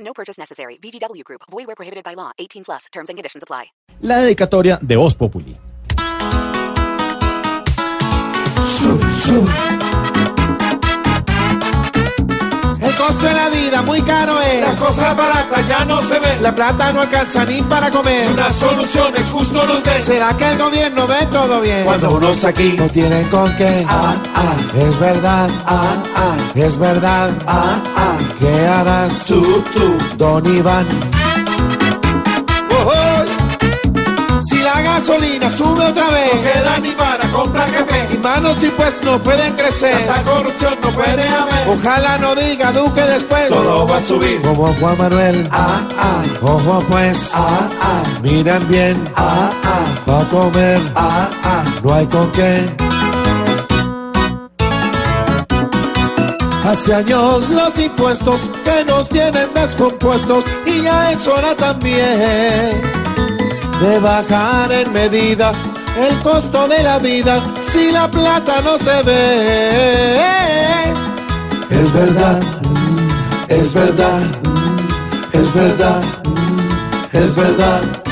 No purchase necessary. VGW Group. Void where prohibited by law. 18 plus. Terms and conditions apply. La dedicatoria de Voz Populi. El costo de la vida muy caro es. Las cosas baratas ya no se ven. La plata no alcanza ni para comer. Una solución es justo nos den. ¿Será que el gobierno ve todo bien? Cuando unos aquí no tienen con qué. Ah, ah. Es verdad. Ah, ah. Es verdad. Ah, ah. ¿Qué harás Tú, tú. Don Iván? Oh, oh. Si la gasolina sube otra vez. No queda ni para comprar café. Mis manos y pues no pueden crecer. Tanta corrupción no puede haber. Ojalá no diga Duque después. Todo va a subir. Como Juan Manuel. Ah, ah. Ojo pues. Ah, ah. Miren bien. Ah, ah. Va a comer. Ah, ah. No hay con qué. Hace años los impuestos que nos tienen descompuestos y ya es hora también de bajar en medida el costo de la vida si la plata no se ve. Es verdad. Es verdad. Es verdad. Es verdad.